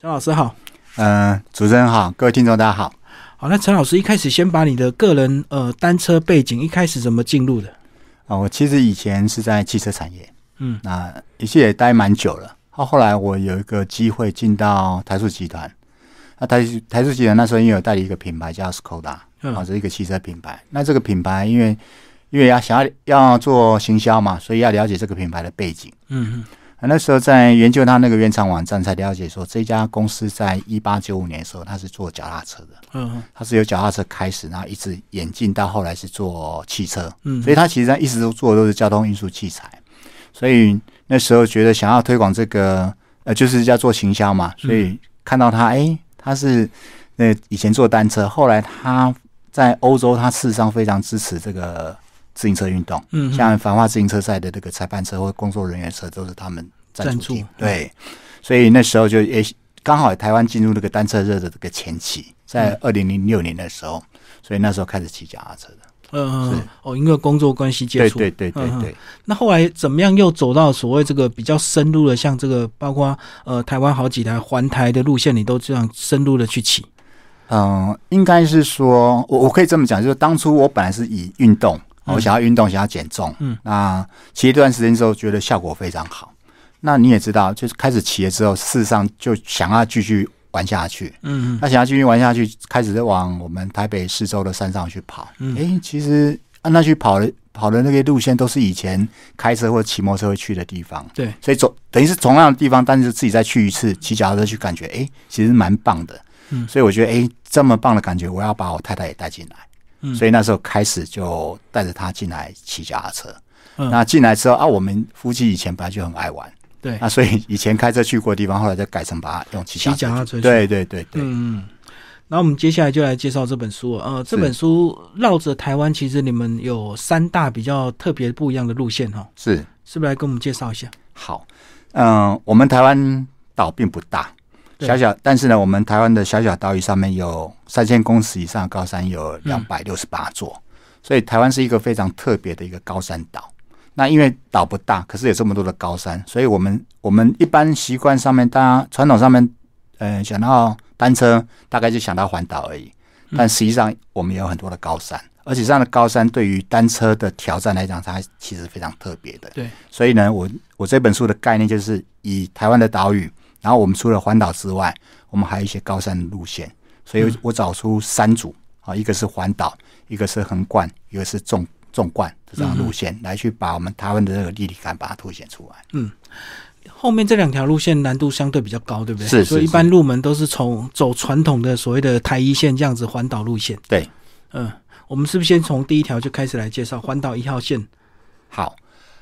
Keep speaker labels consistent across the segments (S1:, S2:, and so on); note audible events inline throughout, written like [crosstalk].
S1: 陈老师好，
S2: 嗯，主持人好，各位听众大家好。
S1: 好，那陈老师一开始先把你的个人呃单车背景一开始怎么进入的？
S2: 啊，我其实以前是在汽车产业，
S1: 嗯，
S2: 那一切也待蛮久了。到后来我有一个机会进到台塑集团，那台塑台塑集团那时候因为有代理一个品牌叫 Skoda，
S1: 嗯
S2: 啊，这是一个汽车品牌。那这个品牌因为因为要想要要做行销嘛，所以要了解这个品牌的背景。
S1: 嗯
S2: 啊那时候在研究它那个原厂网站，才了解说这家公司在一八九五年的时候，它是做脚踏车的。
S1: 嗯嗯
S2: 它是由脚踏车开始，然后一直演进到后来是做汽车，
S1: 嗯，
S2: 所以它其实它一直都做的都是交通运输器材。所以那时候觉得想要推广这个，呃，就是要做行销嘛，
S1: 嗯
S2: 所以看到它，哎、它是那以前做单车，后来它在欧洲，它事实上非常支持这个自行车运动，
S1: 嗯
S2: 像繁华自行车赛的这个裁判车或工作人员车都是他们赞
S1: 赞
S2: 助
S1: 助
S2: 地，对，所以那时候就也刚好台湾进入这个单车热的这个前期，在
S1: 嗯
S2: 二零零六年的时候，所以那时候开始骑脚踏车的，
S1: 嗯
S2: 是
S1: 嗯哦，因为工作关系接
S2: 对
S1: 触，
S2: 对对对
S1: 嗯
S2: 对，
S1: 那后来怎么样又走到所谓这个比较深入的，像这个包括呃台湾好几台环台的路线，你都这样深入的去骑，
S2: 嗯，应该是说，我我可以这么讲，就是当初我本来是以运动，
S1: 嗯
S2: 我想要运动，想要减重，
S1: 嗯，
S2: 那骑一段时间之后，觉得效果非常好。那你也知道，就是开始骑了之后，事实上就想要继续玩下去，
S1: 嗯嗯
S2: 那想要继续玩下去，开始在往我们台北四周的山上去跑。哎、
S1: 嗯
S2: 其实按那去跑的跑的那个路线，都是以前开车或骑摩托车会去的地方。
S1: 对，
S2: 所以走等于是同样的地方，但是自己再去一次，骑脚踏车去，感觉哎、诶其实蛮棒的。
S1: 嗯
S2: 所以我觉得哎、诶这么棒的感觉，我要把我太太也带进来。
S1: 嗯
S2: 所以那时候开始就带着她进来骑脚踏车。
S1: 嗯
S2: 那进来之后啊，我们夫妻以前本来就很爱玩，
S1: 对，
S2: 那所以以前开车去过的地方，后来就改成把它用骑
S1: 骑
S2: 脚踏
S1: 脚
S2: 车
S1: 踏
S2: 去。
S1: 车，，
S2: 对对对对，
S1: 嗯嗯。然后我们接下来就来介绍这本书了，呃，这
S2: 是
S1: 本书绕着台湾，其实你们有三大比较特别不一样的路线哈、哦，
S2: 是。
S1: 是不是来跟我们介绍一下？
S2: 好，嗯、我们台湾岛并不大，
S1: 对
S2: 小小，但是呢，我们台湾的小小岛屿上面有三千公尺以上的高山，有两百六十八座，所以台湾是一个非常特别的一个高山岛。那因为岛不大，可是有这么多的高山，所以我们我们一般习惯上面，大家传统上面，呃，想到单车，大概就想到环岛而已。但实际上，我们也有很多的高山，而且这样的高山对于单车的挑战来讲，它其实非常特别的。
S1: 对，
S2: 所以呢，我我这本书的概念就是以台湾的岛屿，然后我们除了环岛之外，我们还有一些高山的路线，所以我我找出三组啊，一个是环岛，一个是横贯，一个是纵纵贯的这样的路线，来去把我们台湾的这个地理感把它凸显出来。
S1: 后面这两条路线难度相对比较高，对不对？
S2: 是是
S1: 所以一般入门都是从走传统的所谓的台一线这样子环岛路线。
S2: 对，
S1: 嗯，我们是不是先从第一条就开始来介绍环岛一号线？
S2: 好，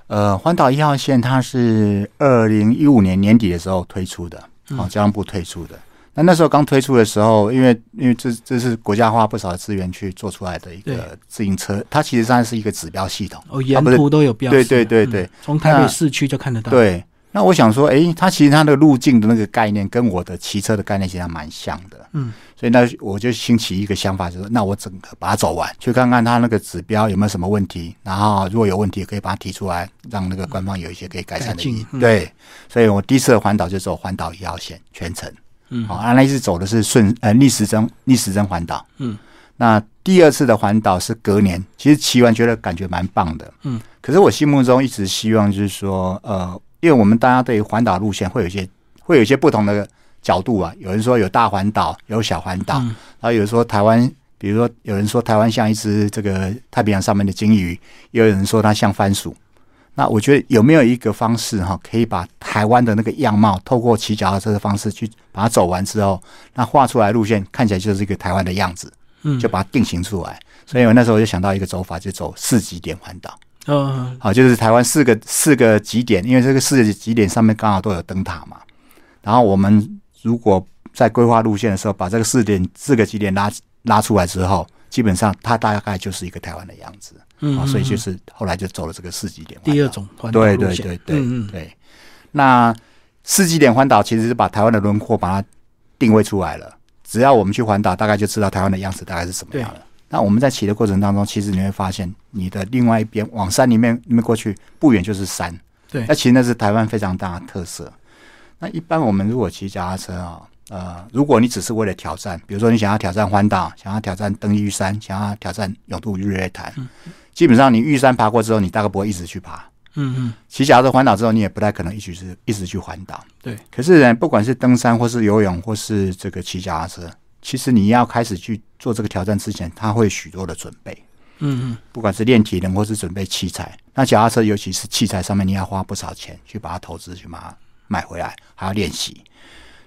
S2: 呃，环岛一号线它是二零一五年年底的时候推出的，
S1: 嗯
S2: 哦，交通部推出的。那那时候刚推出的时候，因为因为这这是国家花不少的资源去做出来的一
S1: 对
S2: 个自行车，它其实上是一个指标系统。
S1: 哦，沿
S2: 啊不是
S1: 途都有标识、
S2: 对对对对
S1: 嗯，从台北
S2: 那
S1: 市区就看得到。，
S2: 对，那我想说，诶，它其实它的路径的那个概念跟我的骑车的概念其实还蛮像的。
S1: 嗯，
S2: 所以那我就兴起一个想法，就是那我整个把它走完，去看看它那个指标有没有什么问题，然后如果有问题，可以把它提出来，让那个官方有一些可以改善的
S1: 改
S2: 意
S1: 进
S2: 义。
S1: 嗯
S2: 对，所以我第一次的环岛就走环岛一号线全程。
S1: 嗯
S2: 好、啊，那一次走的是顺呃逆时针逆时针环岛。
S1: 嗯，
S2: 那第二次的环岛是隔年，其实骑完觉得感觉蛮棒的。
S1: 嗯，
S2: 可是我心目中一直希望就是说，呃，因为我们大家对于环岛路线会有一些会有一些不同的角度啊，有人说有大环岛，有小环岛，
S1: 嗯
S2: 然后有人说台湾。比如说，有人说台湾像一只这个太平洋上面的鲸鱼，也有人说它像番薯。那我觉得有没有一个方式哈，可以把台湾的那个样貌，透过骑脚踏车的方式去把它走完之后，那画出来路线看起来就是一个台湾的样子，
S1: 嗯，
S2: 就把它定型出来。所以我那时候就想到一个走法，就走四极点环岛，
S1: 呃，
S2: 好，就是台湾四个四个极点，因为这个四个极点上面刚好都有灯塔嘛。然后我们如果在规划路线的时候，把这个四点四个极点拉拉出来之后，基本上它大概就是一个台湾的样子
S1: 嗯，
S2: 啊、
S1: 嗯
S2: 所以就
S1: 嗯
S2: 是后来就走了这个四极点环岛。
S1: 第二种环岛路
S2: 对
S1: 线。
S2: 对对对
S1: 嗯嗯，
S2: 对。那世纪点环岛其实是把台湾的轮廓把它定位出来了，只要我们去环岛，大概就知道台湾的样子大概是什么样了。那我们在骑的过程当中，其实你会发现，你的另外一边往山里面里面过去，不远就是山。
S1: 对
S2: 那其实那是台湾非常大的特色。那一般我们如果骑脚踏车啊、呃，如果你只是为了挑战，比如说你想要挑战环岛，想要挑战登玉山，想要挑战永渡日月潭，基本上你玉山爬过之后，你大概不会一直去爬。
S1: 嗯嗯，
S2: 骑脚踏车环岛之后，你也不太可能一直是一直去环岛。
S1: 对。
S2: 可是呢，不管是登山或是游泳或是这个骑脚踏车，其实你要开始去做这个挑战之前，他会许多的准备，
S1: 嗯嗯，
S2: 不管是练体能或是准备器材。那脚踏车尤其是器材上面，你要花不少钱去把它投资，去把它买回来，还要练习。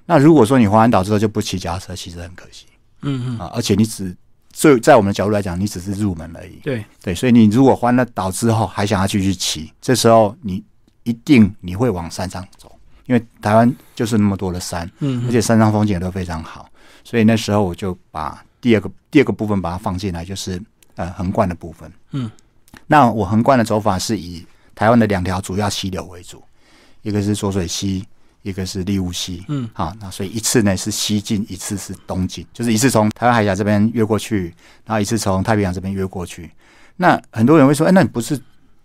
S2: 那如果说你环完岛之后就不骑脚踏车，其实很可惜。
S1: 嗯嗯，
S2: 啊，而且你只最在我们的角度来讲，你只是入门而已。
S1: 对，
S2: 对，所以你如果环了岛之后还想要继续骑，这时候你一定你会往山上走，因为台湾就是那么多的山，
S1: 嗯
S2: 而且山上风景都非常好。所以那时候我就把第二个第二个部分把它放进来，就是呃横贯的部分。
S1: 嗯，
S2: 那我横贯的走法是以台湾的两条主要溪流为主，一个是浊水溪，一个是利乌溪。
S1: 嗯，
S2: 好，那所以一次呢是西进，一次是东进，就是一次从台湾海峡这边越过去，然后一次从太平洋这边越过去。那很多人会说，哎，那你不是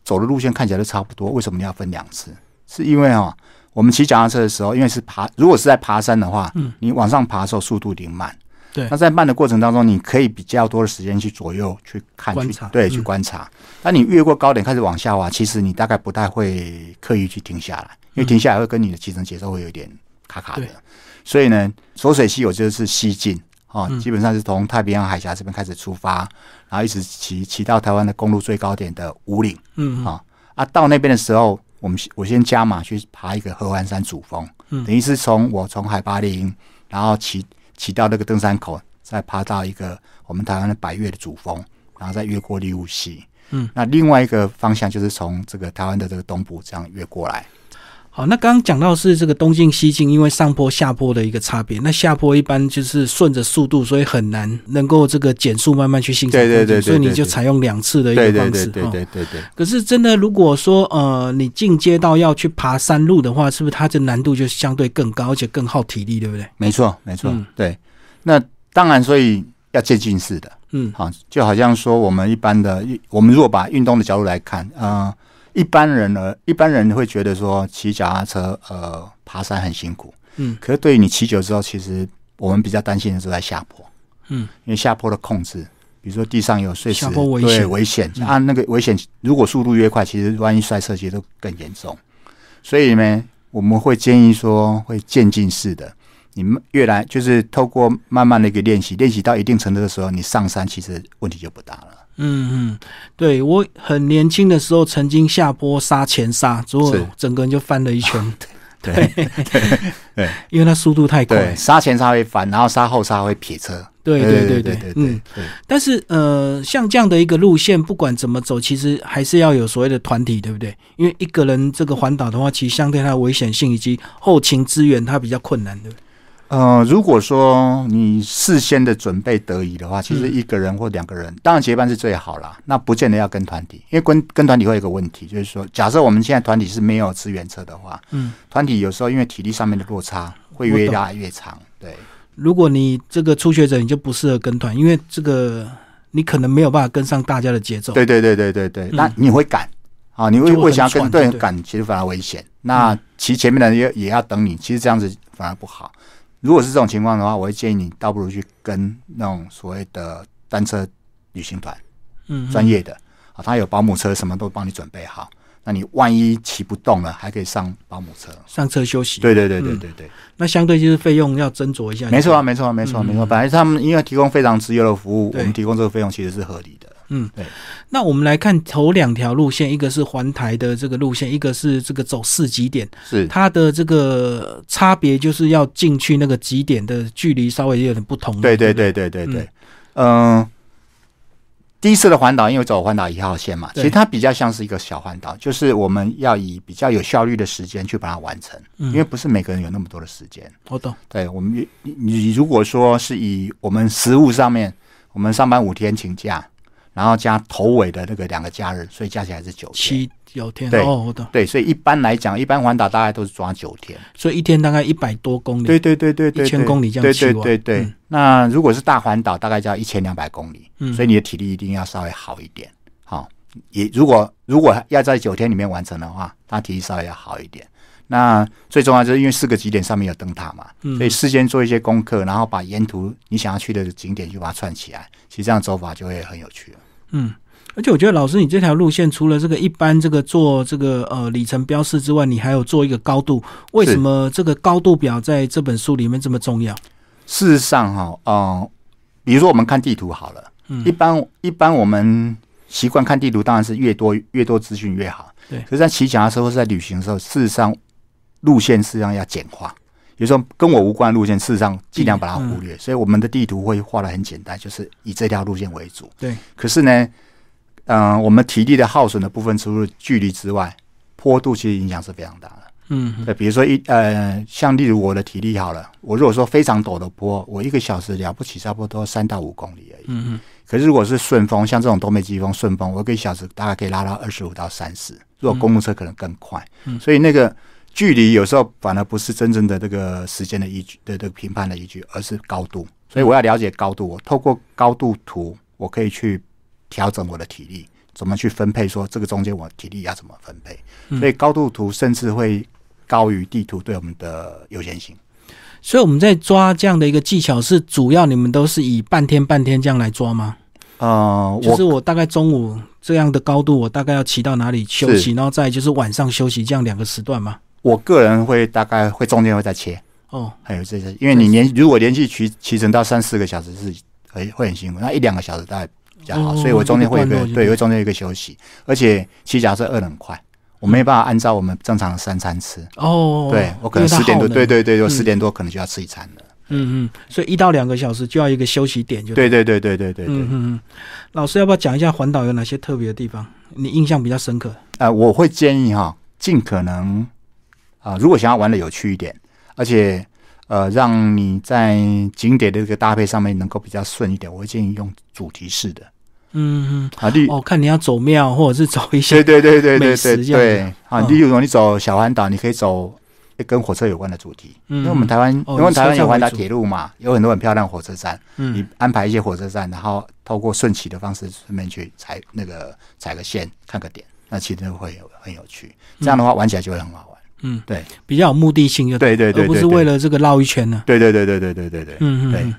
S2: 走的路线看起来都差不多，为什么你要分两次？是因为哦，我们骑脚踏车的时候，因为是爬，如果是在爬山的话，
S1: 嗯，
S2: 你往上爬的时候速度一定慢。
S1: 对
S2: 那在慢的过程当中，你可以比较多的时间去左右去看、
S1: 观
S2: 去
S1: 察
S2: 对，
S1: 嗯
S2: 去观察。当你越过高点开始往下滑，其实你大概不太会刻意去停下来，因为停下来会跟你的骑乘节奏会有点卡卡的
S1: 对。
S2: 所以呢，浊水溪我就是西进啊，
S1: 嗯
S2: 基本上是从太平洋海峡这边开始出发，然后一直骑骑到台湾的公路最高点的五岭
S1: 嗯嗯，
S2: 啊啊。到那边的时候，我们我先加码去爬一个合欢山主峰，
S1: 嗯
S2: 等于是从我从海拔零，然后骑骑到那个登山口，再爬到一个我们台湾的百越的主峰，然后再越过利物溪。
S1: 嗯，
S2: 那另外一个方向就是从这个台湾的这个东部这样越过来。
S1: 好，那刚刚讲到是这个东进西进，因为上坡下坡的一个差别，那下坡一般就是顺着速度，所以很难能够这个减速慢慢去欣赏
S2: 对对
S1: 风景
S2: 对对
S1: 所以你
S2: 对
S1: 就
S2: 对
S1: 采用两次的一
S2: 对
S1: 个
S2: 对
S1: 方
S2: 对
S1: 式，
S2: 对
S1: 哦
S2: 对对对。
S1: 可是真的，如果说呃你进阶到要去爬山路的话，是不是它的难度就相对更高，而且更耗体力，对不对？
S2: 没错，没错，
S1: 嗯
S2: 对。那当然，所以要渐进式的，
S1: 嗯
S2: 好，就好像说我们一般的，我们如果把运动的角度来看，呃，一般人呢，一般人会觉得说骑脚踏车，呃，爬山很辛苦，
S1: 嗯
S2: 可是对于你骑久之后，其实我们比较担心的是在下坡，
S1: 嗯，
S2: 因为下坡的控制，比如说地上有碎石，
S1: 下坡危
S2: 对
S1: 险
S2: 危险，
S1: 嗯
S2: 啊，那个危险，如果速度越快，其实万一摔车，其实都更严重。所以呢，我们会建议说，会渐进式的，你们越来就是透过慢慢的一个练习，练习到一定程度的时候，你上山其实问题就不大了。
S1: 嗯嗯，对我很年轻的时候曾经下坡刹前刹，之后
S2: 是
S1: 整个人就翻了一圈，
S2: 对
S1: 因为它速度太
S2: 对，
S1: 快。
S2: 刹前刹会翻，然后刹后刹会撇车。
S1: 对对
S2: 对
S1: 对
S2: 对
S1: 嗯
S2: 对。，对
S1: 但是呃，像这样的一个路线，不管怎么走，其实还是要有所谓的团体，对不对？因为一个人这个环岛的话，其实相对它的危险性以及后勤资源，它比较困难，对不对？
S2: 呃，如果说你事先的准备得宜的话，其实
S1: 嗯
S2: 一个人或两个人，当然结伴是最好啦。那不见得要跟团体，因为跟跟团体会有一个问题，就是说，假设我们现在团体是没有资源车的话，
S1: 嗯，
S2: 团体有时候因为体力上面的落差会
S1: 我
S2: 越
S1: 懂
S2: 拉越长。对，
S1: 如果你这个初学者，你就不适合跟团，因为这个你可能没有办法跟上大家的节奏。
S2: 对对对对对对，
S1: 嗯
S2: 那你会赶啊？你为
S1: 就会
S2: 为想要
S1: 很喘
S2: 跟对
S1: 对嗯
S2: 人赶，其实反而危险。那骑前面的人也也要等你，其实这样子反而不好。如果是这种情况的话，我会建议你倒不如去跟那种所谓的单车旅行团。
S1: 嗯，嗯
S2: 专业的啊，他有保姆车，什么都帮你准备好。那你万一骑不动了，还可以上保姆车。
S1: 上车休息。，
S2: 对对对对对对，
S1: 那相对就是费用要斟酌一下。
S2: 没错啊，没错啊，没错啊，
S1: 嗯
S2: 没错啊。本来他们因为提供非常自由的服务，
S1: 对
S2: 我们提供这个费用其实是合理的。
S1: 那我们来看头两条路线，一个是环台的这个路线，一个是这个走市极点，
S2: 是
S1: 它的这个差别就是要进去那个极点的距离稍微有点不同。
S2: 对对
S1: 不
S2: 对对对对，嗯。第一次的环岛，因为走环岛一号线嘛，其
S1: 对
S2: 实它比较像是一个小环岛，就是我们要以比较有效率的时间去把它完成，
S1: 嗯
S2: 因为不是每个人有那么多的时间。
S1: 我懂。
S2: 对我们，你你如果说是以我们实务上面，我们上班五天请假，然后加头尾的那个两个假日，所以加起来是九天。
S1: 七九天
S2: 对
S1: 哦，我懂。
S2: 对，所以一般来讲，一般环岛大概都是抓九天。
S1: 所以一天大概一百多公里。
S2: 对对对对对，
S1: 1000
S2: 对
S1: 公里这样
S2: 对
S1: 骑
S2: 对
S1: 完
S2: 对对。
S1: 嗯
S2: 那如果是大环岛，大概就要一千两百公里，
S1: 嗯
S2: 所以你的体力一定要稍微好一点。好、也如果如果要在九天里面完成的话，它体力稍微要好一点。那最重要就是因为四个景点上面有灯塔嘛，
S1: 嗯
S2: 所以事先做一些功课，然后把沿途你想要去的景点就把它串起来。其实这样走法就会很有趣了。
S1: 嗯，而且我觉得老师，你这条路线除了这个一般这个做这个呃里程标示之外，你还有做一个高度。为什么这个高度表在这本书里面这么重要？
S2: 事实上哈、嗯、比如说我们看地图好了，
S1: 嗯
S2: 一般一般我们习惯看地图，当然是越多越多资讯越好。
S1: 对
S2: 可是，在骑脚踏车或是在旅行的时候，事实上路线事实上要简化。有时候跟我无关的路线，事实上尽量把它忽
S1: 嗯
S2: 略，所以我们的地图会画的很简单，就是以这条路线为主。
S1: 对，
S2: 可是呢，嗯、我们体力的耗损的部分，除了距离之外，坡度其实影响是非常大的。
S1: 嗯，
S2: 对，比如说一呃，像例如我的体力好了，我如果说非常陡的坡，我一个小时了不起差不多三到五公里而已。
S1: 嗯嗯
S2: 可是如果是顺风，像这种东北季风顺风，我一个小时大概可以拉到二十五到三十。如果公路车可能更快，
S1: 嗯
S2: 所以那个距离有时候反而不是真正的这个时间的依据的这个评判的依据，而是高度。
S1: 嗯
S2: 所以我要了解高度，我透过高度图，我可以去调整我的体力，怎么去分配？说这个中间我体力要怎么分配？
S1: 嗯
S2: 所以高度图甚至会高于地图对我们的优先性。
S1: 所以我们在抓这样的一个技巧，是主要你们都是以半天半天这样来抓吗？
S2: 呃，
S1: 就是
S2: 我
S1: 我大概中午这样的高度，我大概要骑到哪里休息，然后再就是晚上休息，这样两个时段嘛。
S2: 我个人会大概会中间会再切。
S1: 哦，
S2: 还有这些，因为你连如果连续骑骑乘到三四个小时是很会很辛苦，那一两个小时大概比较好，
S1: 哦
S2: 所以我中间会有
S1: 一
S2: 一
S1: 个
S2: 个
S1: 段落
S2: 对，会中间有一个休息，而且骑脚是饿得很快，我没办法按照我们正常的三餐吃，
S1: 哦，
S2: 对我可能
S1: 因为它
S2: 十点多，
S1: 耗能
S2: 对，对对，我
S1: 嗯
S2: 十点多可能就要吃一餐了，
S1: 嗯嗯，所以一到两个小时就要一个休息点就对
S2: 对对对对对对对
S1: 嗯，嗯嗯，老师要不要讲一下环岛有哪些特别的地方？你印象比较深刻？
S2: 呃，我会建议哈，尽可能啊、如果想要玩的有趣一点，而且呃，让你在景点的这个搭配上面能够比较顺一点，我会建议用主题式的
S1: 嗯
S2: 啊，例
S1: 嗯，哦，看你要走庙或者是走一些
S2: 对对对对
S1: 美
S2: 对
S1: 食
S2: 对
S1: 这样子
S2: 对啊！
S1: 嗯
S2: 例如说你走小环岛，你可以走跟火车有关的主题，
S1: 嗯
S2: 因为我们台湾，
S1: 哦
S2: 因为台
S1: 以车
S2: 湾
S1: 站
S2: 有环岛
S1: 为主
S2: 铁路嘛，有很多很漂亮的火车站，你
S1: 嗯
S2: 安排一些火车站，然后透过顺骑的方式顺便去踩那个踩个线，看个点，那其实会有很有趣。这样的话玩起来就会很好玩。
S1: 嗯，
S2: 对
S1: 比较有目的性就，
S2: 对对
S1: 而
S2: 对
S1: 不
S2: 对，
S1: 是为了这个绕一圈呢、
S2: 对对对对对对对对。
S1: 嗯嗯 [laughs]
S2: 对
S1: 嗯，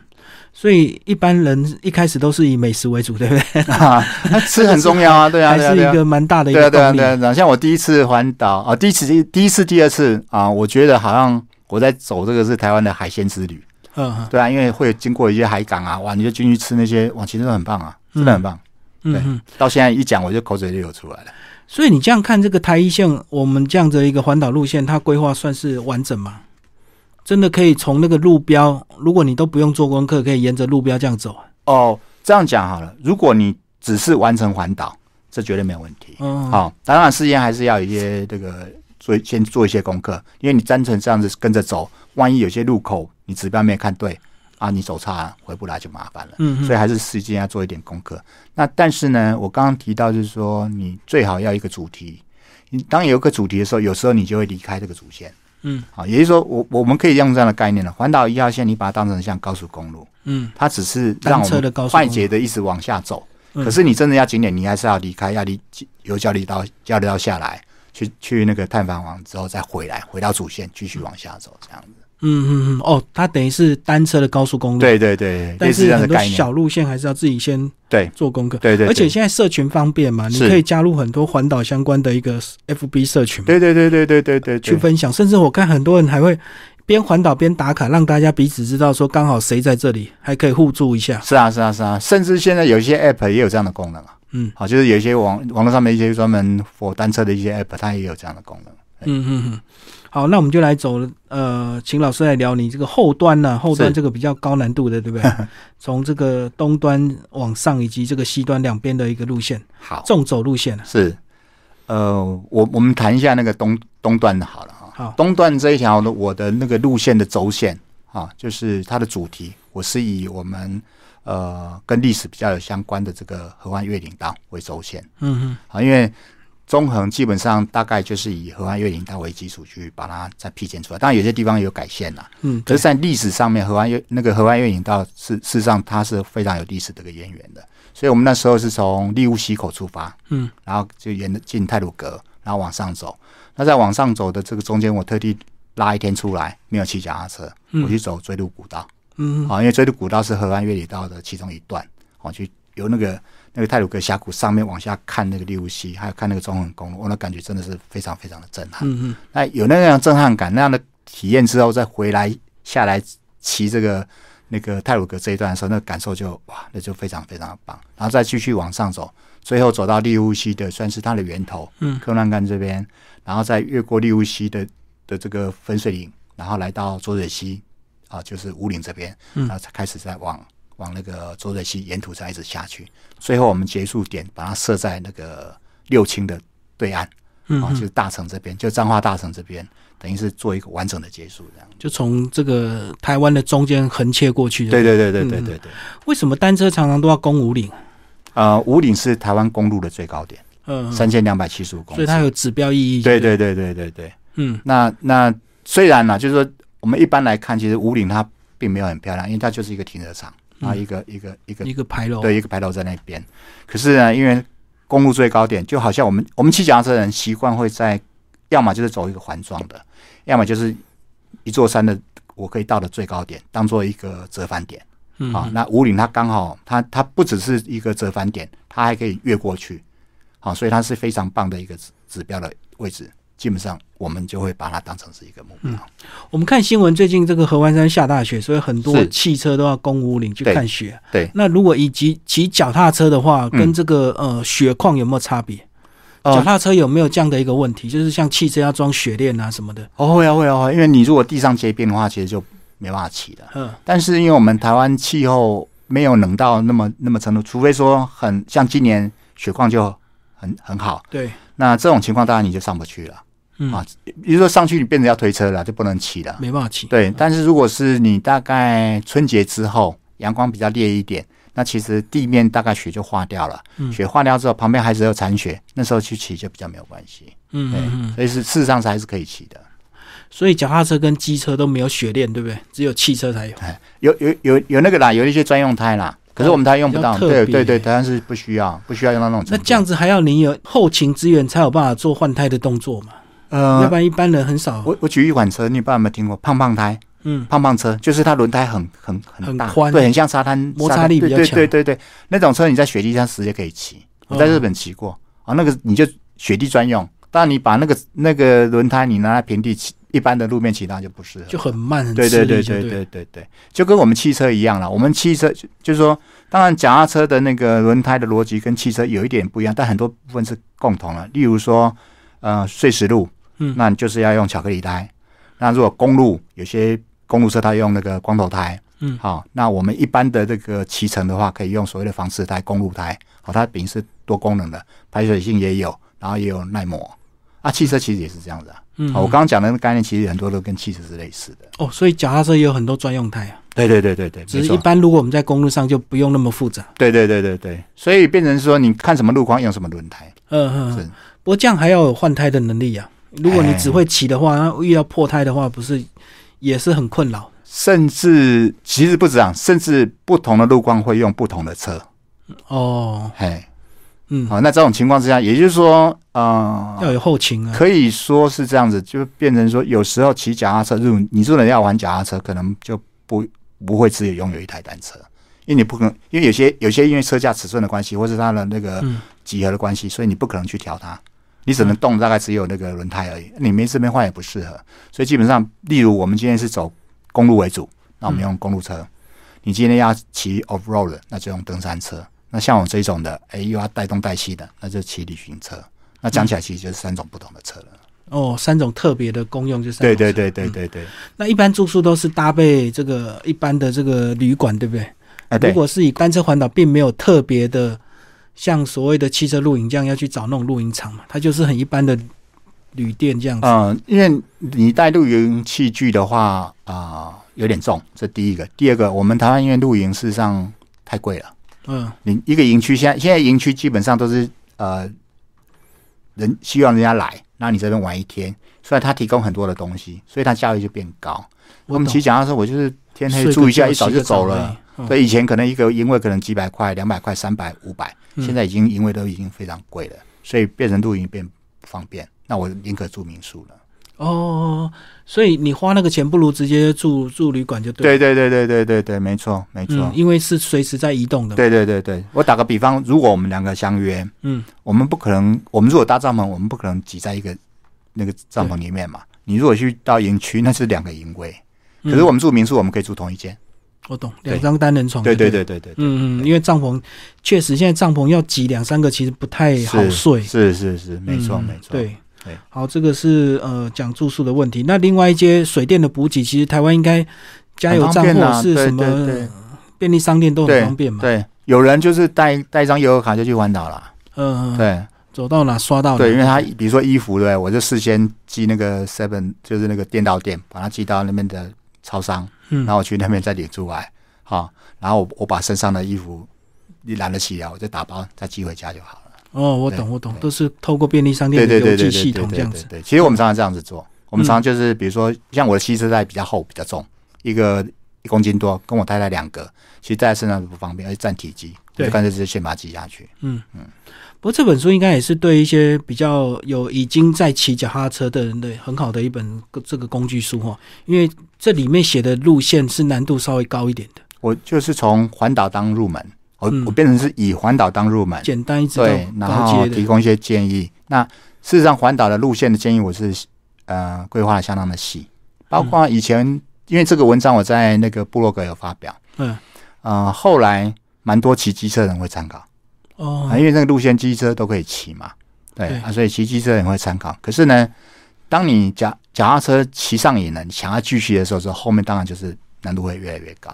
S1: 所以一般人一开始都是以美食为主，对不对？
S2: 啊，吃很重要啊，对啊
S1: 还
S2: 对啊
S1: 是
S2: 对啊
S1: 一。个蛮大的一
S2: 对
S1: 个
S2: 啊，对啊，
S1: 动
S2: 对啊，
S1: 力。
S2: 对啊。像我第一次环岛啊，第一次、第一次、第二次啊，我觉得好像我在走这个是台湾的海鲜之旅。
S1: 嗯
S2: 对啊，因为会经过一些海港啊，哇，你就进去吃那些，哇，其实都很棒啊，真的很棒。
S1: 嗯
S2: 对
S1: 嗯，
S2: 到现在一讲，我就口水就流出来了。
S1: 所以你这样看这个台一线，我们这样的一个环岛路线，它规划算是完整吗？真的可以从那个路标，如果你都不用做功课，可以沿着路标这样走啊？
S2: 哦，这样讲好了，如果你只是完成环岛，这绝对没有问题。
S1: 嗯，
S2: 好、当然事先还是要有一些这个做先做一些功课，因为你单纯这样子跟着走，万一有些路口你指标没看对啊，你走差了回不来就麻烦了。
S1: 嗯，嗯
S2: 所以还是事先要做一点功课。那但是呢，我刚刚提到就是说，你最好要一个主题。你当有一个主题的时候，有时候你就会离开这个主线。啊
S1: 嗯，
S2: 好，也就是说，我我们可以用这样的概念了。环岛一号线，你把它当成像高速公路，
S1: 嗯
S2: 它只是让
S1: 单
S2: 我
S1: 车的高速
S2: 们
S1: 公路
S2: 快捷的一直往下走。
S1: 嗯
S2: 可是你真的要景点，你还是要离开，要离由交流道交流道下来，去去那个探访完之后再回来，回到主线继续往下走，这样子。
S1: 嗯嗯嗯，哦，它等于是单车的高速公路，，
S2: 对对对，类
S1: 但
S2: 似这
S1: 是
S2: 样
S1: 很
S2: 的
S1: 多
S2: 概念。
S1: 小路线还是要自己先
S2: 对
S1: 做功课。
S2: 对对，
S1: 而且
S2: 对
S1: 现在社群方便嘛，你
S2: 是
S1: 可以加入很多环岛相关的一个 FB 社群嘛
S2: 对对对对对对对，对
S1: 去分享，甚至我看很多人还会边环岛边打卡，让大家彼此知道说刚好谁在这里，还可以互助一下。
S2: 是啊，是啊，是啊，甚至现在有一些 App 也有这样的功能啊。
S1: 嗯
S2: 好，就是有一些网网络上面一些专门 for 单车的一些 App，它也有这样的功能。
S1: 嗯嗯嗯。好，那我们就来走呃，请老师来聊你这个后端呢、后端
S2: 是
S1: 这个比较高难度的，对不
S2: [laughs]
S1: 对？从这个东端往上以及这个西端两边的一个路线，
S2: 好，
S1: 纵走路线啊。
S2: 是，呃，我我们谈一下那个东东段的好了哈。
S1: 好，
S2: 东段这一条的我的那个路线的轴线啊，就是它的主题，我是以我们呃跟历史比较有相关的这个河湾越岭道为轴线。
S1: 嗯
S2: 啊，因为中横基本上大概就是以河岸越岭道为基础去把它再辟建出来，当然有些地方有改线啦。
S1: 嗯嗯，
S2: 可是，在历史上面，河岸越那个河岸越岭道事事实上它是非常有历史的一个渊源的，所以我们那时候是从利乌溪口出发，
S1: 嗯，
S2: 然后就沿着进太鲁阁，然后往上走。那在往上走的这个中间，我特地拉一天出来，没有骑脚踏车，我去走追路古道。
S1: 嗯，
S2: 啊，因为追鹿古道是河岸越野道的其中一段，哦，去由那个那个泰鲁格峡谷上面往下看那个利物溪，还有看那个中横公路，我、那感觉真的是非常非常的震撼。
S1: 嗯嗯，
S2: 那有那样震撼感，那样的体验之后，再回来下来骑这个那个泰鲁格这一段的时候，那个感受就哇，那就非常非常的棒。然后再继续往上走，最后走到利物溪的算是它的源头，
S1: 嗯
S2: 科曼干这边，然后再越过利物溪的的这个分水岭，然后来到浊水溪啊，就是五岭这边，
S1: 嗯
S2: 然后才开始再往。往那个浊水溪沿途再一直下去，最后我们结束点把它设在那个六轻的对岸，
S1: 嗯
S2: 啊，
S1: 嗯
S2: 就是大城这边，就彰化大城这边，等于是做一个完整的结束这样。
S1: 就从这个台湾的中间横切过去的。
S2: 对对对对对对对。
S1: 为什么单车常常都要攻五岭？
S2: 呃，五岭是台湾公路的最高点，
S1: 嗯，
S2: 三千两百七十五公
S1: 所以
S2: 里。
S1: 它有指标意义。
S2: 对，对对对对对。
S1: 嗯
S2: 那那虽然呢，就是说我们一般来看，其实五岭它并没有很漂亮，因为它就是一个停车场，
S1: 嗯
S2: 然后一个一个一个
S1: 一个牌楼。
S2: 对一个牌楼在那边。可是呢，因为公路最高点，就好像我们我们骑脚踏车的人习惯会在，要么就是走一个环状的，要么就是一座山的我可以到的最高点，当做一个折返点
S1: 嗯，
S2: 啊。那五岭它刚好，它它不只是一个折返点，它还可以越过去，好、所以它是非常棒的一个指指标的位置。基本上我们就会把它当成是一个目标。
S1: 我们看新闻，最近这个合欢山下大雪，所以很多
S2: 是
S1: 汽车都要攻五岭去
S2: 对
S1: 看雪。
S2: 对
S1: 那如果以及骑脚踏车的话，
S2: 嗯
S1: 跟这个、呃雪况有没有差别？
S2: 呃
S1: 脚踏车有没有这样的一个问题？就是像汽车要装雪链啊什么的。
S2: 哦，会啊会啊，会啊因为你如果地上结冰的话，其实就没办法骑了。
S1: 嗯
S2: 但是因为我们台湾气候没有冷到那么那么程度，除非说很像今年雪况就很很好，
S1: 对，
S2: 那这种情况当然你就上不去了。
S1: 嗯
S2: 啊，比如说上去你变成要推车了，就不能骑了。
S1: 没办法骑。
S2: 对，但是如果是你大概春节之后阳光比较烈一点，那其实地面大概雪就化掉了，
S1: 嗯
S2: 雪化掉之后旁边还是有残雪，那时候去骑就比较没有关系。
S1: 嗯
S2: 对
S1: 嗯，嗯，
S2: 所以是事实上是还是可以骑的。
S1: 所以脚踏车跟机车都没有雪链，对不对？只有汽车才有。
S2: 有有有有那个啦，有一些专用胎啦，可是我们台湾用不
S1: 比
S2: 到，
S1: 哦较特
S2: 对
S1: 别
S2: 对对，台湾是不需要不需要用到那种程
S1: 那
S2: 度。
S1: 这样子还要你有后勤资源才有办法做换胎的动作嘛？要
S2: 呃
S1: 不，然一般人很少。
S2: 我我举一款车，你不知道有没有听过胖胖胎？
S1: 嗯，
S2: 胖胖车就是它轮胎很很
S1: 很
S2: 很大，
S1: 宽
S2: 对，很像沙滩，
S1: 摩
S2: 沙
S1: 擦
S2: 滩
S1: 力比较
S2: 对
S1: 强哦
S2: 对对对对，那种车你在雪地上直接可以骑，我在日本骑过啊，那个你就雪地专用。当然，你把那个那个轮胎你拿来平地骑，一般的路面骑，那就不适合。
S1: 就很慢，很
S2: 对
S1: 吃
S2: 对
S1: 力
S2: 对
S1: 就
S2: 对
S1: 对了
S2: 对对对，就跟我们汽车一样了。我们汽车就就是说，当然脚踏车的那个轮胎的逻辑跟汽车有一点不一样，但很多部分是共同的。例如说，呃，碎石路，
S1: 嗯
S2: 那你就是要用巧克力胎。那如果公路，有些公路车它用那个光头胎，
S1: 嗯
S2: 好、那我们一般的这个骑乘的话，可以用所谓的防湿胎、公路胎，好、它本身是多功能的，排水性也有，然后也有耐磨。啊，汽车其实也是这样子啊。
S1: 嗯
S2: 好我刚刚讲的那个概念，其实很多都跟汽车是类似的。
S1: 哦，所以脚踏车也有很多专用胎啊，
S2: 对对对对对，
S1: 只
S2: 没
S1: 是
S2: 错
S1: 一般如果我们在公路上就不用那么复杂。
S2: 对对对对对，所以变成说你看什么路况用什么轮胎，
S1: 嗯嗯，
S2: 是
S1: 嗯不过这样还要有换胎的能力啊。如果你只会骑的话，那遇到破胎的话，不是也是很困扰？
S2: 甚至其实不止啊，甚至不同的路况会用不同的车，
S1: 哦，
S2: 嘿，
S1: 嗯，
S2: 好、那这种情况之下，也就是说，呃，
S1: 要有后勤啊。
S2: 可以说是这样子，就变成说有时候骑脚踏车，如果你如果要玩脚踏车，可能就不不会只有拥有一台单车。因为你不可能，因为有些有些因为车架尺寸的关系，或是它的那个
S1: 嗯
S2: 几何的关系，所以你不可能去调它，你只能动大概只有那个轮胎而已，里面这边换也不适合，所以基本上，例如我们今天是走公路为主，那我们用公路
S1: 嗯
S2: 车；你今天要骑 off road，的那就用登山车；那像我这种的，哎，又要带东带西的，那就骑旅行车。那讲起来其实就是三种不同的车了。
S1: 哦，三种特别的功用就三
S2: 嗯对
S1: 种。
S2: 对对对对对，
S1: 那一般住宿都是搭配这个一般的这个旅馆，对不对？
S2: 哎
S1: 如
S2: 对，
S1: 果是以单车环岛，并没有特别的像所谓的汽车露营这样要去找那种露营场嘛，它就是很一般的旅店这样子。
S2: 嗯，因为你带露营器具的话啊、有点重，这第一个。第二个，我们台湾因为露营事实上太贵了。
S1: 嗯
S2: 你一个营区现在现在营区基本上都是呃，人希望人家来，那你这边玩一天，虽然他提供很多的东西，所以它价位就变高。
S1: 我
S2: 我们
S1: 懂
S2: 骑脚踏车，我就是天黑
S1: 睡
S2: 住
S1: 个
S2: 一下，
S1: 觉
S2: 一早
S1: 洗
S2: 就
S1: 个
S2: 走
S1: 澡而
S2: 了。
S1: 已。嗯
S2: 对，以前可能一个营位可能几百块、两百块、三百、五百，
S1: 嗯
S2: 现在已经营位都已经非常贵了，所以变成露营变不方便。那我宁可住民宿了。
S1: 哦，所以你花那个钱不如直接住住旅馆就对了。
S2: 对对对对对对对，没错没错
S1: 嗯，。因为是随时在移动的。，
S2: 对对对对，我打个比方，如果我们两个相约，
S1: 嗯，
S2: 我们不可能，我们如果搭帐篷，我们不可能挤在一个那个帐篷里面嘛。你如果去到营区，那是两个营位，
S1: 嗯
S2: 可是我们住民宿，我们可以住同一间。
S1: 我懂，
S2: 对
S1: 两张单人床。
S2: 对对
S1: 对。
S2: 对对对，
S1: 嗯嗯，因为帐篷确实现在帐篷要挤两三个，其实不太
S2: 是
S1: 好睡。
S2: 是是是，没错
S1: 嗯
S2: 没错。
S1: 对
S2: 对
S1: 好，这个是呃讲住宿的问题。那另外一些水电的补给，其实台湾应该加油
S2: 很
S1: 站
S2: 方
S1: 或
S2: 便
S1: 者
S2: 啊
S1: 是
S2: 对
S1: 什
S2: 对对
S1: 么便利商店都很
S2: 对
S1: 方便嘛。
S2: 对，有人就是带带一张悠游卡就去环岛了。
S1: 嗯，哦嗯
S2: 对
S1: 走到哪刷到哪。
S2: 对，因为他比如说衣服，对不对，我就事先寄那个 seven，就是那个店到店，把它寄到那边的超商，
S1: 嗯
S2: 然后我去那边再领出来，好、然后我我把身上的衣服你懒得洗了，我就打包再寄回家就好了。
S1: 哦，我
S2: 对
S1: 懂我懂，
S2: 对
S1: 都是透过便利商
S2: 对
S1: 店的
S2: 对
S1: 邮寄
S2: 对对对
S1: 系
S2: 对
S1: 统这
S2: 对
S1: 样
S2: 对
S1: 子。
S2: 对，其实我们常常这样子做，我
S1: 嗯
S2: 们常常就是比如说像我的吸车袋比较厚，比较重，一个一公斤多，跟我太太两个，其实带在身上是不方便，而且占体积，我
S1: 对
S2: 就干脆直接先把它寄下去。
S1: 不过这本书应该也是对一些比较有已经在骑脚踏车的人的很好的一本这个工具书哈，因为这里面写的路线是难度稍微高一点的，
S2: 我就是从环岛当入门，我、
S1: 嗯
S2: 我变成是以环岛当入门，
S1: 简单一直到
S2: 对，然
S1: 高
S2: 后
S1: 阶
S2: 提
S1: 的。
S2: 供一些建议。那事实上，环岛的路线的建议，我是呃规划的相当的细，包括以前、因为这个文章我在那个部落格有发表，
S1: 嗯，
S2: 呃，后来蛮多骑机车的人会参考、
S1: 哦
S2: 啊，，因为那个路线机车都可以骑嘛，对
S1: 对
S2: 啊，所以骑机车的人会参考。可是呢，当你脚脚踏车骑上瘾了，你想要继续的时候，说后面当然就是难度会越来越高。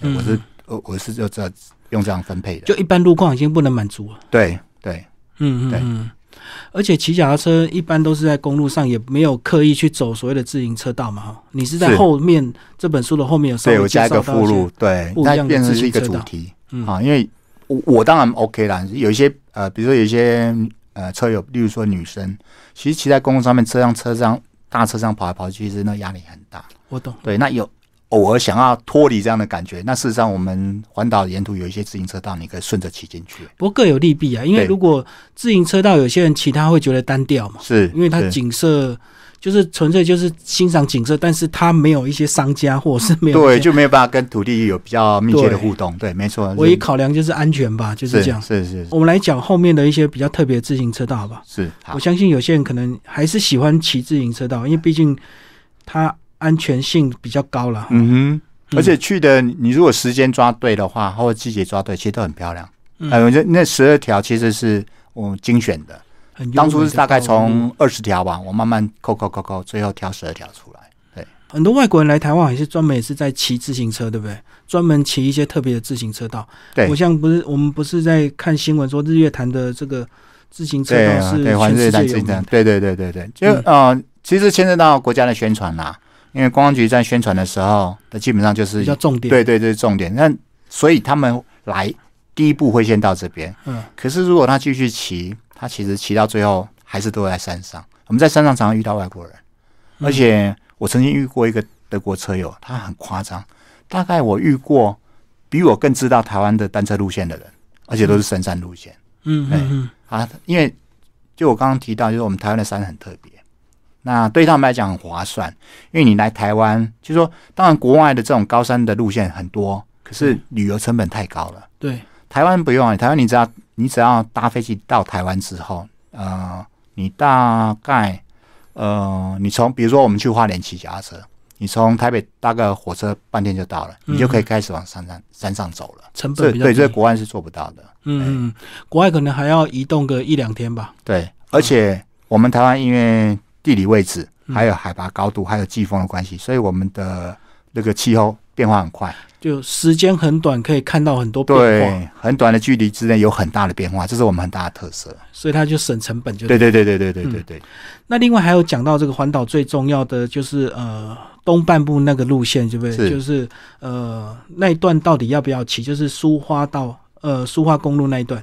S2: 对
S1: 嗯
S2: 我是我我是就这用这样分配的，
S1: 就一般路况已经不能满足了。
S2: 对对
S1: 嗯嗯
S2: 对
S1: 嗯。而且骑脚踏车一般都是在公路上，也没有刻意去走所谓的自行车道嘛。哈，你是在
S2: 是
S1: 后面这本书的后面有稍
S2: 对，我
S1: 微介
S2: 加
S1: 绍
S2: 一个
S1: 到
S2: 附
S1: 一些
S2: 录，对，
S1: 不一样的
S2: 那变成
S1: 自行
S2: 是一个
S1: 车
S2: 主
S1: 道
S2: 题
S1: 嗯
S2: 啊，因为我我当然 OK 啦，有一些呃，比如说有一些呃车友，例如说女生，其实骑在公路上面，车上车上大车上跑来跑去，其实那压力很大。
S1: 我懂。
S2: 对，那有偶尔想要脱离这样的感觉，那事实上我们环岛沿途有一些自行车道，你可以顺着骑进去，
S1: 不过各有利弊啊，因为
S2: 对
S1: 如果自行车道，有些人骑他会觉得单调嘛，
S2: 是
S1: 因为它
S2: 是
S1: 景色就是纯粹就是欣赏景色，但是它没有一些商家或者是没有一
S2: 对
S1: 些。
S2: 就没有办法跟土地有比较密切
S1: 对
S2: 的互动，对，没错，
S1: 唯一
S2: 是
S1: 考量就是安全吧，就是这样。
S2: 是是是
S1: 我们来讲后面的一些比较特别的自行车道吧。
S2: 是好
S1: 我，相信有些人可能还是喜欢骑自行车道，因为毕竟它安全性比较高了。
S2: 嗯哼。
S1: 嗯
S2: 而且去的，你如果时间抓对的话，或者季节抓对，其实都很漂亮。
S1: 嗯
S2: 呃，我觉得那十二条其实是我精选的，
S1: 很优美的
S2: 当初是大概
S1: 道路
S2: 从二十条吧，我慢慢扣扣扣扣，最后挑十二条出来。
S1: 很多外国人来台湾还是专门也是在骑自行车，对不对？专门骑一些特别的自行车道。
S2: 对
S1: 我像不是我们不是在看新闻说日月潭的这个自行车
S2: 对
S1: 道
S2: 啊
S1: 是
S2: 对，环
S1: 全世
S2: 日
S1: 界
S2: 南
S1: 有
S2: 自
S1: 名
S2: 行
S1: 的。
S2: 对对对对对，就
S1: 嗯
S2: 呃，其实牵涉到国家的宣传啦，因为观光局在宣传的时候，那基本上就是
S1: 比较重点。，
S2: 对对对重点。那所以他们来第一步会先到这边，
S1: 嗯，
S2: 可是如果他继续骑，他其实骑到最后还是都在山上。我们在山上常常遇到外国人，
S1: 嗯
S2: 而且我曾经遇过一个德国车友，他很夸张，大概我遇过比我更知道台湾的单车路线的人，而且都是深山路线
S1: 嗯
S2: 对
S1: 嗯嗯，
S2: 啊。因为就我刚刚提到，就是我们台湾的山很特别，那对他们来讲很划算，因为你来台湾，就说当然国外的这种高山的路线很多，可是
S1: 嗯
S2: 旅游成本太高了。
S1: 对，
S2: 台湾不用啊，台湾你只要你只要搭飞机到台湾之后，呃，你大概呃，你从比如说我们去花莲骑脚踏车，你从台北搭个火车半天就到了，
S1: 嗯
S2: 你就可以开始往山上山上走了。
S1: 成
S2: 这
S1: 本比较
S2: 对
S1: 低。
S2: 这国外哎是做不到的，
S1: 嗯嗯，国外可能还要移动个一两天吧。
S2: 对，而且我们台湾因为地理位置、
S1: 嗯
S2: 还有海拔高度、还有季风的关系，所以我们的那个气候变化很快，
S1: 就时间很短，可以看到很多变化，
S2: 对，很短的距离之内有很大的变化，这是我们很大的特色。
S1: 所以它就省成本就
S2: 对对对对对对对
S1: 嗯
S2: 对。
S1: 那另外还有讲到这个环岛最重要的就是呃东半部那个路线，对不对？
S2: 是
S1: 就是呃那一段到底要不要骑？就是苏花道呃苏花公路那一段。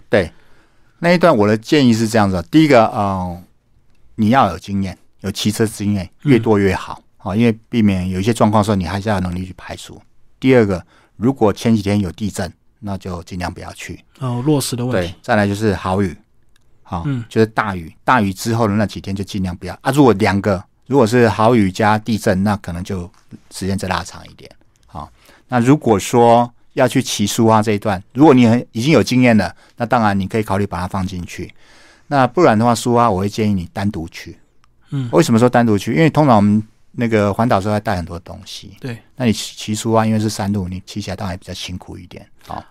S2: 那一段我的建议是这样子：第一个，嗯，你要有经验，有骑车经验，
S1: 嗯
S2: 越多越好啊、因为避免有一些状况的时候，你还是要有能力去排除。第二个，如果前几天有地震，那就尽量不要去。
S1: 哦，落实的问
S2: 对
S1: 题。，
S2: 再来就是好雨，好、
S1: 嗯
S2: 就是大雨，大雨之后的那几天就尽量不要啊。如果两个，如果是好雨加地震，那可能就时间再拉长一点。好、那如果说要去骑苏花这一段，如果你很已经有经验了，那当然你可以考虑把它放进去。那不然的话，苏花我会建议你单独去。
S1: 嗯
S2: 为什么说单独去？因为通常我们那个环岛时候要带很多东西，
S1: 对，
S2: 那你骑骑苏花因为是山路，你骑起来当然比较辛苦一点。好、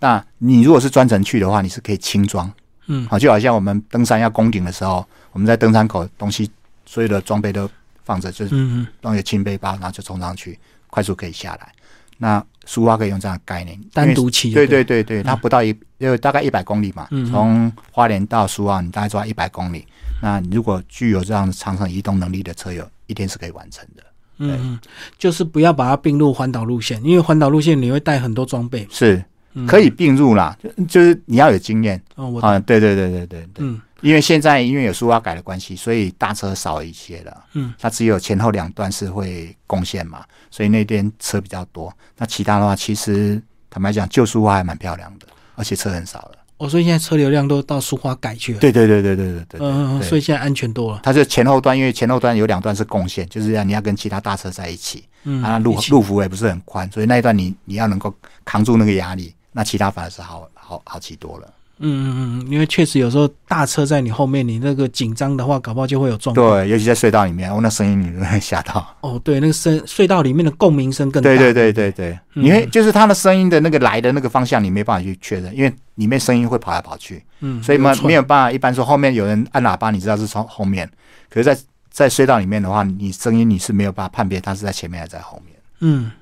S2: 那你如果是专程去的话，你是可以轻装。哦
S1: 嗯
S2: 好，就好像我们登山要攻顶的时候，我们在登山口东西所有的装背都放着，就是
S1: 嗯嗯，
S2: 装一个轻背包，然后就冲上去，快速可以下来。那苏花可以用这样的概念，
S1: 单独
S2: 因
S1: 骑
S2: 为对
S1: 对
S2: 对对对，它不到一就大概一百公里嘛
S1: 嗯，
S2: 从花莲到苏花，你大概抓一百公里。那你如果具有这样的长程移动能力的车友，一天是可以完成的。
S1: 嗯嗯，就是不要把它并入环岛路线，因为环岛路线你会带很多装备，
S2: 是
S1: 嗯
S2: 可以并入啦，就就是你要有经验
S1: 哦，我
S2: 啊。对对对对对对，
S1: 嗯
S2: 因为现在因为有苏花改的关系，所以大车少一些了。
S1: 嗯
S2: 它只有前后两段是会贡献嘛，所以那边车比较多。那其他的话，其实坦白讲，旧书画还蛮漂亮的，而且车很少了。
S1: 哦，所以现在车流量都到苏花改去了，
S2: 对对对对对对对对
S1: 嗯，嗯嗯
S2: 对
S1: 所以现在安全多了，
S2: 它是前后段，因为前后段有两段是贡献，就是让你要跟其他大车在一起，
S1: 嗯，
S2: 啊，那路
S1: 一起
S2: 路幅也不是很宽，所以那一段你你要能够扛住那个压力，那其他反而是好好好骑多了。
S1: 嗯嗯嗯，因为确实有时候大车在你后面，你那个紧张的话，搞不好就会有状况。
S2: 对，尤其在隧道里面，哦，那声音你会
S1: [laughs]
S2: 吓到。
S1: 哦，对，那个声隧道里面的共鸣声更大。
S2: 对对对对对，
S1: 嗯
S2: 你会就是它的声音的那个来的那个方向，你没办法去确认，因为里面声音会跑来跑去，
S1: 嗯，
S2: 所以没
S1: 有错
S2: 没有办法。一般说后面有人按喇叭，你知道是从后面，可是在，在隧道里面的话，你声音你是没有办法判别它是在前面还是在后面。
S1: 嗯。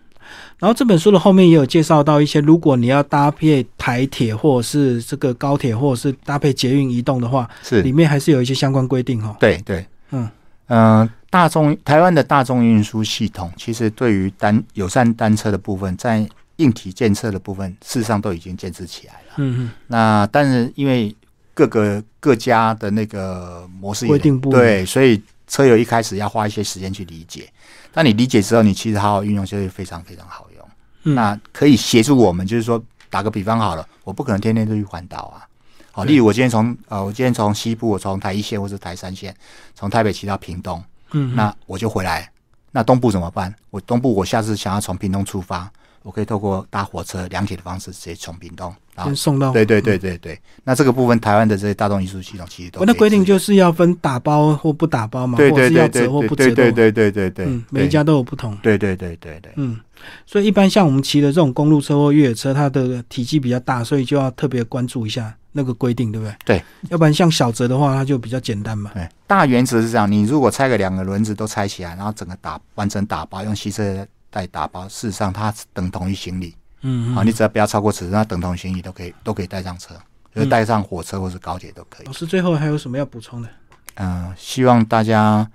S1: 然后这本书的后面也有介绍到一些，如果你要搭配台铁或者是这个高铁，或者是搭配捷运移动的话，
S2: 是
S1: 里面还是有一些相关规定哦。
S2: 对对，
S1: 嗯
S2: 嗯、大众台湾的大众运输系统，其实对于单友善单车的部分，在硬体建设的部分，事实上都已经建设起来了。
S1: 嗯
S2: 那但是因为各个各家的那个模式也
S1: 规定不一样
S2: 对，所以车友一开始要花一些时间去理解。当你理解之后，你其实好好运用就会非常非常好用。
S1: 嗯，
S2: 那可以协助我们，就是说打个比方好了，我不可能天天都去环岛啊。好，
S1: 对
S2: 例如我今天从呃，我今天从西部，我从台一线或者台三线，从台北骑到屏东，
S1: 嗯
S2: 那我就回来。那东部怎么办？我东部我下次想要从屏东出发，我可以透过搭火车、两铁的方式直接从屏东，然后
S1: 先送到。
S2: 对对对对对，那这个部分台湾的这些大众运输系统其实都
S1: 哦我那
S2: 可以
S1: 规定
S2: 自己
S1: 就是要分打包或不打包嘛，
S2: 对
S1: 或者
S2: 对
S1: 是要
S2: 对
S1: 折
S2: 对
S1: 或不折
S2: 对
S1: 的
S2: 对
S1: 嘛。
S2: 对对对对，
S1: 嗯，每一家都有不同。
S2: 对对对对对，
S1: 嗯，所以一般像我们骑的这种公路车或越野车，它的体积比较大，所以就要特别关注一下那个规定，对不对？
S2: 对，
S1: 要不然像小折的话，它就比较简单嘛。
S2: 对大原则是这样，你如果拆个两个轮子都拆起来，然后整个打完整打包，用吸车袋打包，事实上它等同于行李
S1: 嗯，
S2: 啊，
S1: 嗯
S2: 你只要不要超过尺寸，它等同于行李都可以都可以带上车，就是
S1: 嗯
S2: 带上火车或是高铁都可以
S1: 老。师最后还有什么要补充的？
S2: 嗯，希望大家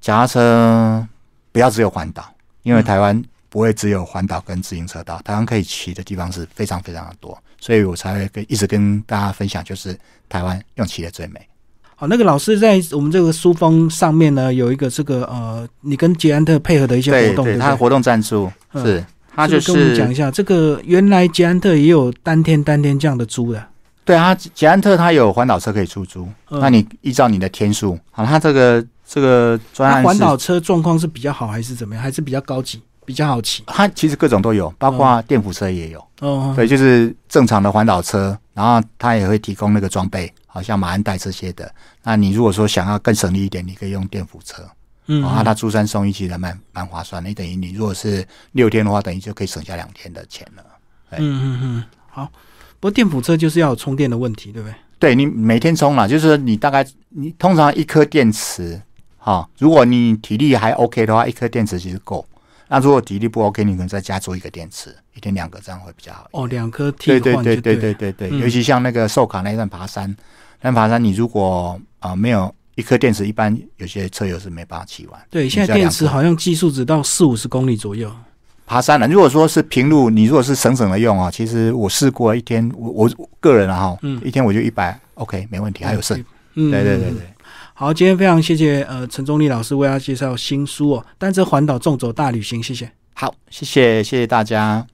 S2: 脚踏车不要只有环岛，因为
S1: 嗯
S2: 台湾不会只有环岛跟自行车道，台湾可以骑的地方是非常非常的多，所以我才会跟一直跟大家分享，就是台湾用骑的最美。
S1: 好，那个老师在我们这个书封上面呢，有一个这个呃，你跟捷安特配合的一些活动，
S2: 对，
S1: 不
S2: 它的活动赞助
S1: 嗯
S2: 是它
S1: 是
S2: 就
S1: 不跟我们讲一
S2: 是
S1: 下，这个原来捷安特也有单天单天这样的租的。
S2: 对它捷安特它有环岛车可以出租，
S1: 嗯
S2: 那你依照你的天数，好，它这个这个专
S1: 那
S2: 案
S1: 环
S2: 是
S1: 岛车状况是比较好还是怎么样？还是比较高级，比较好骑？
S2: 它其实各种都有，包括
S1: 嗯
S2: 电扶车也有。
S1: 哦，
S2: 对，就是正常的环岛车，然后它也会提供那个装备，好像马鞍带这些的。那你如果说想要更省力一点，你可以用电扶车，
S1: 嗯，
S2: 然后哦它租三送一，其实蛮蛮划算的。你等于你如果是六天的话，等于就可以省下两天的钱了。
S1: 嗯嗯嗯，好。不过电辅车就是要有充电的问题，对不对？
S2: 对你每天充啦，就是你大概你通常一颗电池，哈、如果你体力还 OK 的话，一颗电池其实够。那如果体力不 OK，你可能再加做一个电池，一天两个这样会比较好一点。
S1: 哦，两颗替
S2: 对
S1: 换
S2: 对
S1: 就
S2: 对
S1: 对
S2: 对对对对，
S1: 嗯
S2: 尤其像那个寿卡那一段爬山，那段爬山你如果啊、呃没有一颗电池，一般有些车友是没办法骑完。
S1: 对，现在
S2: 你
S1: 电
S2: 只
S1: 池
S2: 要两颗
S1: 好像技术只到四五十公里左右。
S2: 爬山了，如果说是平路，你如果是省省的用啊，其实我试过一天，我我我个人啊哈，
S1: 嗯
S2: 一天我就一百，OK 没问题，还有剩。
S1: 嗯，
S2: 对对对对。
S1: 好，今天非常谢谢呃陈忠立老师为大家介绍新书哦，《单车环岛纵走大旅行》，谢谢。
S2: 好，谢谢谢谢大家。